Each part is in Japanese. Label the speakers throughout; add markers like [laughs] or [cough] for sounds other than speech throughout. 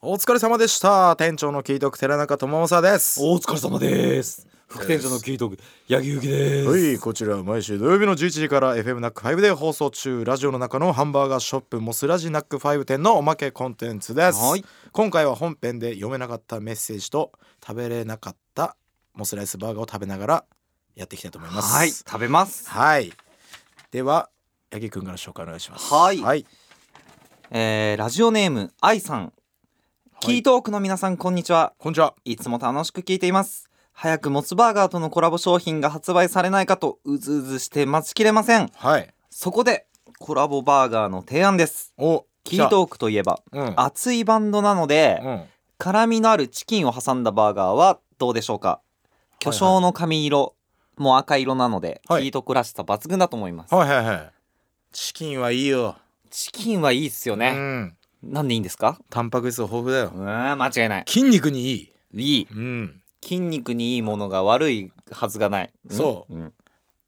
Speaker 1: お疲れ様でした店長のキートク寺中智政です
Speaker 2: お疲れ様です副店長のキートク八木ゆきです
Speaker 1: はいこちらは毎週土曜日の11時から FM ナック5で放送中ラジオの中のハンバーガーショップモスラジナック5店のおまけコンテンツです、
Speaker 2: はい
Speaker 1: 今回は本編で読めなかったメッセージと食べれなかったモスライスバーガーを食べながらやっていきたいと思います
Speaker 2: はい食べます
Speaker 1: はいでは八木くんから紹介お願いします
Speaker 2: はい
Speaker 1: はい
Speaker 2: えー、ラジオネーム愛さん、キートークの皆さんこんにちは
Speaker 1: こんにちはい
Speaker 2: つも楽しく聞いています早くモツバーガーとのコラボ商品が発売されないかとうずうずして待ちきれません
Speaker 1: はい
Speaker 2: そこでコラボバーガーの提案です
Speaker 1: お
Speaker 2: キートークといえば
Speaker 1: 来たうん
Speaker 2: 熱いバンドなので、
Speaker 1: うん
Speaker 2: 辛みのあるチキンを挟んだバーガーはどうでしょうか巨匠の髪色も赤色なので、
Speaker 1: はい
Speaker 2: キートクらしさ抜群だと思います、
Speaker 1: はいはいはいチキンはいいよ、
Speaker 2: チキンはいいっすよ
Speaker 1: う
Speaker 2: ね、
Speaker 1: ん
Speaker 2: なんでいいんですか
Speaker 1: タンパク質豊富だよ
Speaker 2: うーん間違いない
Speaker 1: 筋肉にいい
Speaker 2: いい
Speaker 1: うん
Speaker 2: 筋肉にいいものが悪いはずがない、
Speaker 1: そう
Speaker 2: うん、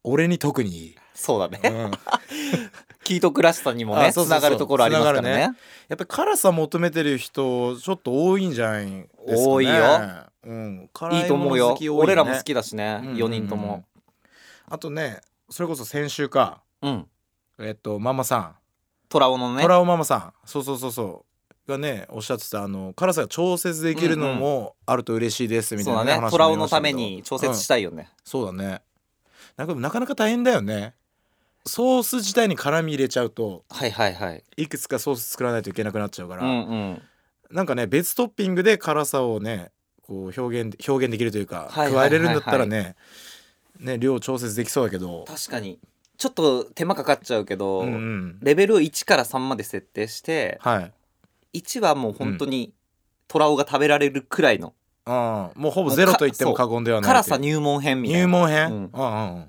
Speaker 1: 俺に特にいい、
Speaker 2: そうだね、
Speaker 1: うん、やっ
Speaker 2: キートクらしさにも
Speaker 1: あ
Speaker 2: ね
Speaker 1: そう
Speaker 2: つ
Speaker 1: そうそう
Speaker 2: ながるところありますから
Speaker 1: つなが
Speaker 2: ね
Speaker 1: ぱり辛さ求めてる人ちょっと多いんじゃないですかね
Speaker 2: 多いよ
Speaker 1: うん、
Speaker 2: いい
Speaker 1: 辛
Speaker 2: と
Speaker 1: いも
Speaker 2: 思う
Speaker 1: の
Speaker 2: よ
Speaker 1: 好き多いね
Speaker 2: 俺らも好きだしね、
Speaker 1: うん
Speaker 2: 4人とも
Speaker 1: あとねそれこそ先週か
Speaker 2: うん
Speaker 1: えっとママさん
Speaker 2: トラオのね
Speaker 1: トラオママさんそうそうそうそうがねおっしゃってたあの辛さが調節できるのもあると嬉しいですみた
Speaker 2: そ
Speaker 1: いうな
Speaker 2: だ
Speaker 1: ね
Speaker 2: ね
Speaker 1: 話
Speaker 2: ト
Speaker 1: も
Speaker 2: ラ
Speaker 1: あ
Speaker 2: オ
Speaker 1: りま
Speaker 2: の
Speaker 1: したたけ
Speaker 2: め
Speaker 1: ど
Speaker 2: に調節し
Speaker 1: うん
Speaker 2: たいよね、
Speaker 1: そうだねなんかなかなか大変だよねソース自体に辛み入れちゃうと
Speaker 2: はいはいはい
Speaker 1: いくつかソース作らないといけなくなっちゃうから、
Speaker 2: うんうん
Speaker 1: なんかね別トッピングで辛さをねこう表現表現できるというか、
Speaker 2: はいはいはいはい
Speaker 1: 加えれるんだったらねね量調節できそうだけど、
Speaker 2: 確かにちょっと手間かかっちゃうけど、
Speaker 1: うんうん、
Speaker 2: レベルを1から3まで設定して
Speaker 1: はい
Speaker 2: 1はもう本当にトラオが食べられるくらいの
Speaker 1: あーもうほぼゼロと言っても過言ではない
Speaker 2: 辛さ
Speaker 1: という
Speaker 2: 入門編みたい
Speaker 1: 入
Speaker 2: な
Speaker 1: 門編、
Speaker 2: うん
Speaker 1: うんうんうん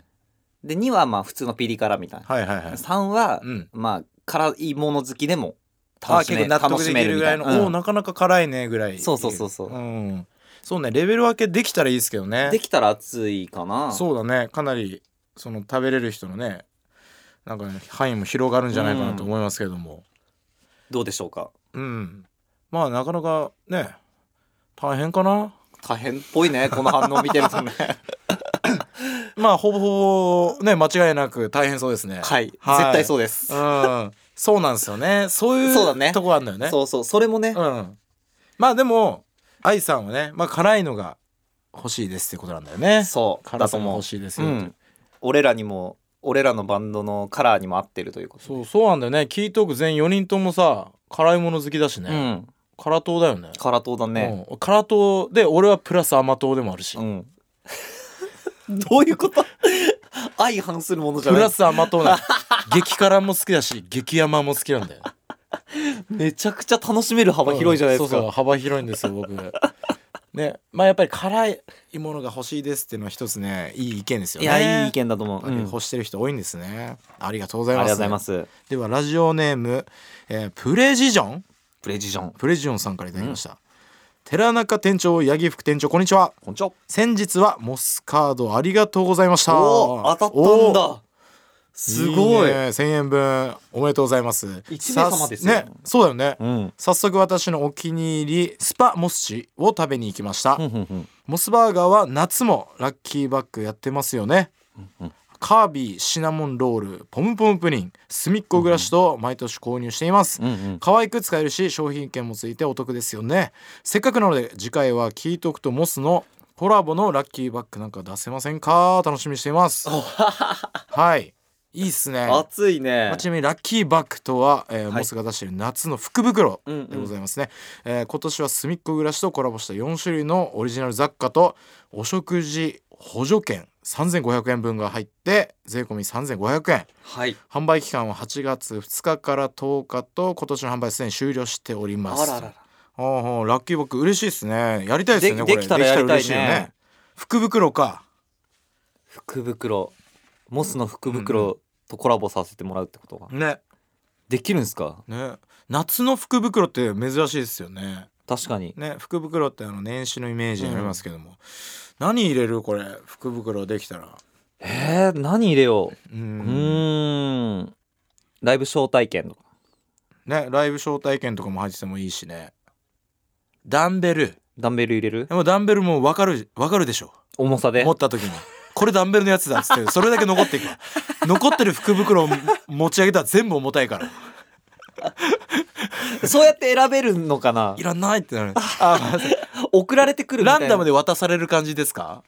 Speaker 2: で2はまあ普通のピリ辛みたいな、
Speaker 1: はいはいはい、
Speaker 2: 3は
Speaker 1: うん、
Speaker 2: まあ辛いもの好きでも
Speaker 1: あー
Speaker 2: 楽し
Speaker 1: 結
Speaker 2: め
Speaker 1: 構納
Speaker 2: 楽
Speaker 1: 得
Speaker 2: し
Speaker 1: で
Speaker 2: め
Speaker 1: き
Speaker 2: る
Speaker 1: る
Speaker 2: み
Speaker 1: ぐ
Speaker 2: た
Speaker 1: ら
Speaker 2: い
Speaker 1: い
Speaker 2: な
Speaker 1: の、
Speaker 2: うん
Speaker 1: おーなかなか辛いねぐらい、
Speaker 2: そうそうそうそうん
Speaker 1: そうねレベル分けできたらいいですけどね
Speaker 2: できたら熱いかな
Speaker 1: そうだねかなりその食べれる人のねなんか、ね、範囲も広がるんじゃないかなと思いますけども、
Speaker 2: どうでしょうか
Speaker 1: うんまあなかなかね大変かな
Speaker 2: 大変っぽいねこ [laughs] の反応見てるとね
Speaker 1: まあほぼほぼね間違いなく大変そうですね
Speaker 2: はい、
Speaker 1: [laughs] はい
Speaker 2: 絶対そうです、
Speaker 1: うんそうなんですよねそういう
Speaker 2: そうだね
Speaker 1: とこあるんだよね
Speaker 2: そうそうそれもね、
Speaker 1: うんまあでも愛さんはねまあ辛いのが欲しいですってことなんだよね
Speaker 2: そう
Speaker 1: 辛
Speaker 2: だ
Speaker 1: さ
Speaker 2: と
Speaker 1: も
Speaker 2: 思う
Speaker 1: 欲しいです
Speaker 2: う
Speaker 1: よ、
Speaker 2: ん、俺らにも俺らのバンドのカラーにも合ってるということ
Speaker 1: そうそうなんだよねキートーク全4人ともさ辛いもの好きだし
Speaker 2: う
Speaker 1: ね、
Speaker 2: ん
Speaker 1: 辛党だよね
Speaker 2: カラ党だね
Speaker 1: うん、辛党で俺はプラス甘党でもあるし、
Speaker 2: うん [laughs] どういうこと相反するものじゃ
Speaker 1: プ
Speaker 2: な
Speaker 1: ラ
Speaker 2: い
Speaker 1: ス甘党な [laughs] の激辛も好きだし激甘も好きなんだよ
Speaker 2: めちゃくちゃ楽しめる幅広いじゃないです
Speaker 1: うんそうそ
Speaker 2: か
Speaker 1: う幅広いんですよ僕ねまあやっぱり辛いものが欲しいですっていうのは一つねいい意見ですよ
Speaker 2: い
Speaker 1: ね
Speaker 2: やいい意
Speaker 1: やっ
Speaker 2: 見だと思う、
Speaker 1: ぱり
Speaker 2: うんあ
Speaker 1: 欲してる人多いんですね、ありがとうござ
Speaker 2: り
Speaker 1: い
Speaker 2: が
Speaker 1: ま
Speaker 2: と
Speaker 1: す
Speaker 2: うございます
Speaker 1: ではラジオネーム、えープレジジョン
Speaker 2: プレジジョン
Speaker 1: プレジジョンさんからいただきました、寺中店長八木副店長こんにちは
Speaker 2: こんにちは
Speaker 1: 先日はモスカードありがとうございました
Speaker 2: おー当たったんだすごい
Speaker 1: いいね、1000円分おめでとうございます
Speaker 2: 一名様ですよ
Speaker 1: さねそうだよね、
Speaker 2: うん
Speaker 1: 早速私のお気に入りスパモスチを食べに行きました、
Speaker 2: ふんふんふん
Speaker 1: モスバーガーは夏もラッキーバッグやってますよね、
Speaker 2: うん
Speaker 1: カービィシナモンロールポムポムプリンすみっこ暮らしと毎年購入しています、
Speaker 2: うんうん
Speaker 1: 可愛く使えるし商品券もついてお得ですよねせっかくなので次回はキートクとモスのコラボのラッキーバッグなんか出せませんか楽しみにしています [laughs] はいいいっすね
Speaker 2: 熱いね
Speaker 1: まあちなみにラッキーバッグとは、えー
Speaker 2: い
Speaker 1: モスが出している夏の福袋
Speaker 2: うんうん
Speaker 1: でございますね、えー今年はすみっこ暮らしとコラボした4種類のオリジナル雑貨とお食事補助券3500円分が入って税込み3500円
Speaker 2: はい
Speaker 1: 販売期間は8月2日から10日と今年の販売すでに終了しており
Speaker 2: あ
Speaker 1: ます
Speaker 2: ららら
Speaker 1: ほうほうラッキーバッグ嬉しいですねやりたいですね
Speaker 2: で
Speaker 1: これ
Speaker 2: できたらやりたいね
Speaker 1: でき嬉しよ福袋か
Speaker 2: 福袋モスの福
Speaker 1: うん
Speaker 2: 袋とコラボさせてもらうってことが
Speaker 1: ね
Speaker 2: できるんですか
Speaker 1: ね夏の福袋って珍しいですよね
Speaker 2: 確かに
Speaker 1: ね福袋ってあの年始のイメージありますけども、何入れるこれ福袋できたら
Speaker 2: えー、何入れよ
Speaker 1: う
Speaker 2: ううんーんライブ招待券とか
Speaker 1: ねライブ招待券とかも入っててもいいしねダンベル
Speaker 2: ダンベル入れる
Speaker 1: でもダンベルも分かる分かるでしょ
Speaker 2: 重さで
Speaker 1: 持った時にこれダンベルのやつだっつってそれだけ残っていくわ
Speaker 2: [laughs]
Speaker 1: 残ってる福袋を持ち上げたら全部重たいから
Speaker 2: そうやって選べるのかない
Speaker 1: らないってなるあまず
Speaker 2: 送られてくるみた
Speaker 1: ラ
Speaker 2: いな
Speaker 1: ンダムで渡される感じですか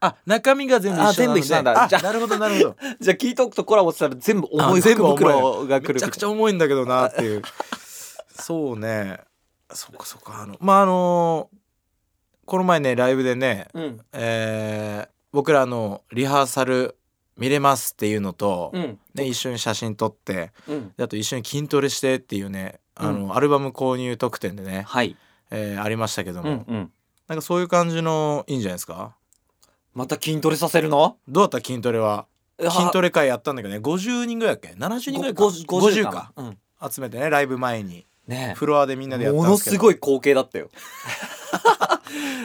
Speaker 1: あ中身が全部一緒なので
Speaker 2: あ全部一緒なんだ
Speaker 1: あ
Speaker 2: じゃあ
Speaker 1: なるほどなるほ
Speaker 2: [laughs]
Speaker 1: ど
Speaker 2: じゃあキートークとコラボしたら全部重い
Speaker 1: あ全部
Speaker 2: 福
Speaker 1: 重い
Speaker 2: 袋が来る
Speaker 1: めちゃくちゃ
Speaker 2: ゃ
Speaker 1: 重いんだけどなっていうそうねそっかそっかあのまああのこの前ねライブでね、
Speaker 2: うん
Speaker 1: えー僕らのリハーサル見れますっていうのと、
Speaker 2: うん
Speaker 1: ね、一緒に写真撮って
Speaker 2: うん
Speaker 1: であと一緒に筋トレしてっていうねあの、アルバム購入特典でね、
Speaker 2: はい
Speaker 1: えーありましたけど
Speaker 2: う
Speaker 1: も、
Speaker 2: んうん
Speaker 1: なんかそういう感じのいいんじゃないですか
Speaker 2: また筋トレさせるの
Speaker 1: どうだった筋トレは筋ト
Speaker 2: レ
Speaker 1: レ会やったんだけどね50人ぐらいだっけ70人ぐらいか
Speaker 2: 50か
Speaker 1: 50か
Speaker 2: うん
Speaker 1: 集めてねライブ前に
Speaker 2: ね
Speaker 1: フロアでみんなで
Speaker 2: え
Speaker 1: やったん
Speaker 2: も
Speaker 1: で
Speaker 2: の
Speaker 1: すけど
Speaker 2: すごい光景だったよ [laughs]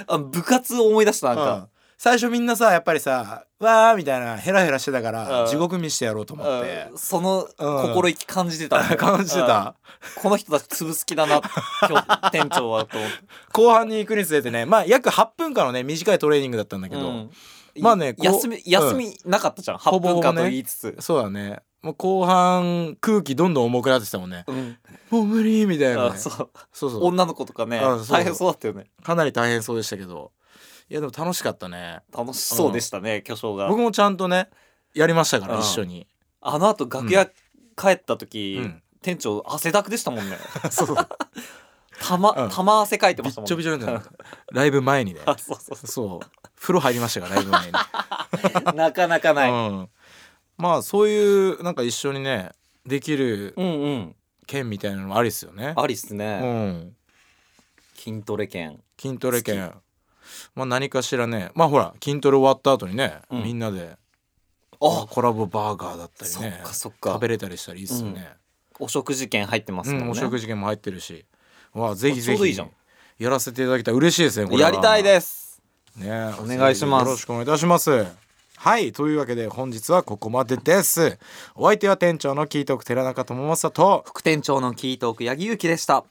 Speaker 2: あ部活を思い出したなん
Speaker 1: う
Speaker 2: か
Speaker 1: ん最初みんなさやっぱりさ「わー」みたいなヘラヘラしてたか
Speaker 2: う
Speaker 1: ら
Speaker 2: ん
Speaker 1: 地獄見してやろうと思って
Speaker 2: うんその心意気感じて
Speaker 1: [laughs]
Speaker 2: た、
Speaker 1: 感じてた
Speaker 2: うんこの人たち潰す気だな今日店長はと思って
Speaker 1: 後半に行くにつれてねまあ約8分間のね短いトレーニングだったんだけど、
Speaker 2: うん
Speaker 1: まあねこう
Speaker 2: 休み休みなかったじゃん、8
Speaker 1: ほぼほぼ
Speaker 2: 分
Speaker 1: ね
Speaker 2: 間と言いつつ、
Speaker 1: そうだねもう後半空気どんどん重くなってきたもんね
Speaker 2: うん
Speaker 1: もう無理みたいな、
Speaker 2: あ
Speaker 1: ね、
Speaker 2: そう
Speaker 1: [laughs] そうそう
Speaker 2: 女の子とかね
Speaker 1: あそう
Speaker 2: 大変そうだったよね
Speaker 1: かなり大変そうでしたけどいやでも楽しかったね
Speaker 2: 楽しそうでしたね、巨匠が
Speaker 1: 僕もちゃんとねやりましたから
Speaker 2: うん
Speaker 1: 一緒に、
Speaker 2: あの後楽屋帰った時、
Speaker 1: うん
Speaker 2: 店長汗だくでしたもんね
Speaker 1: [laughs] そうそう
Speaker 2: たま、
Speaker 1: うん
Speaker 2: たま汗かいて
Speaker 1: び
Speaker 2: ま
Speaker 1: っ
Speaker 2: したもん
Speaker 1: ちょびちょなんだよ
Speaker 2: あ [laughs]
Speaker 1: ライブ前にね
Speaker 2: そうそうそ
Speaker 1: そう風呂入りましたからライブ [laughs] 前に
Speaker 2: うなかなかない、
Speaker 1: うん、まあそういうなんか一緒にねできる
Speaker 2: うん、うん
Speaker 1: 券みたいなのもありですよね。
Speaker 2: ありっす
Speaker 1: う
Speaker 2: ね、
Speaker 1: ん、
Speaker 2: 筋トレ券
Speaker 1: 筋トレ券まあ何かしらねまあほら筋トレ終わった後にね、
Speaker 2: うん
Speaker 1: みんなで
Speaker 2: あ
Speaker 1: コラボバーガーだったり
Speaker 2: そっ
Speaker 1: ね
Speaker 2: かそっか
Speaker 1: 食べれたりしたらいいですよね,、
Speaker 2: お食事券入ってます
Speaker 1: う
Speaker 2: も
Speaker 1: ん
Speaker 2: んね、
Speaker 1: お食事券も入ってるしわあぜひ
Speaker 2: ちょ
Speaker 1: ぜ
Speaker 2: うど
Speaker 1: ひ
Speaker 2: いいじゃん
Speaker 1: やらせていただきたい嬉しいですねこれは
Speaker 2: やりたいです
Speaker 1: ね、
Speaker 2: お願いします
Speaker 1: よろしくお願いいたします。はいというわけで本日はここまでです。お相手は店長のキートーク寺中智正と
Speaker 2: 副店長のキートーク八木ゆうきでした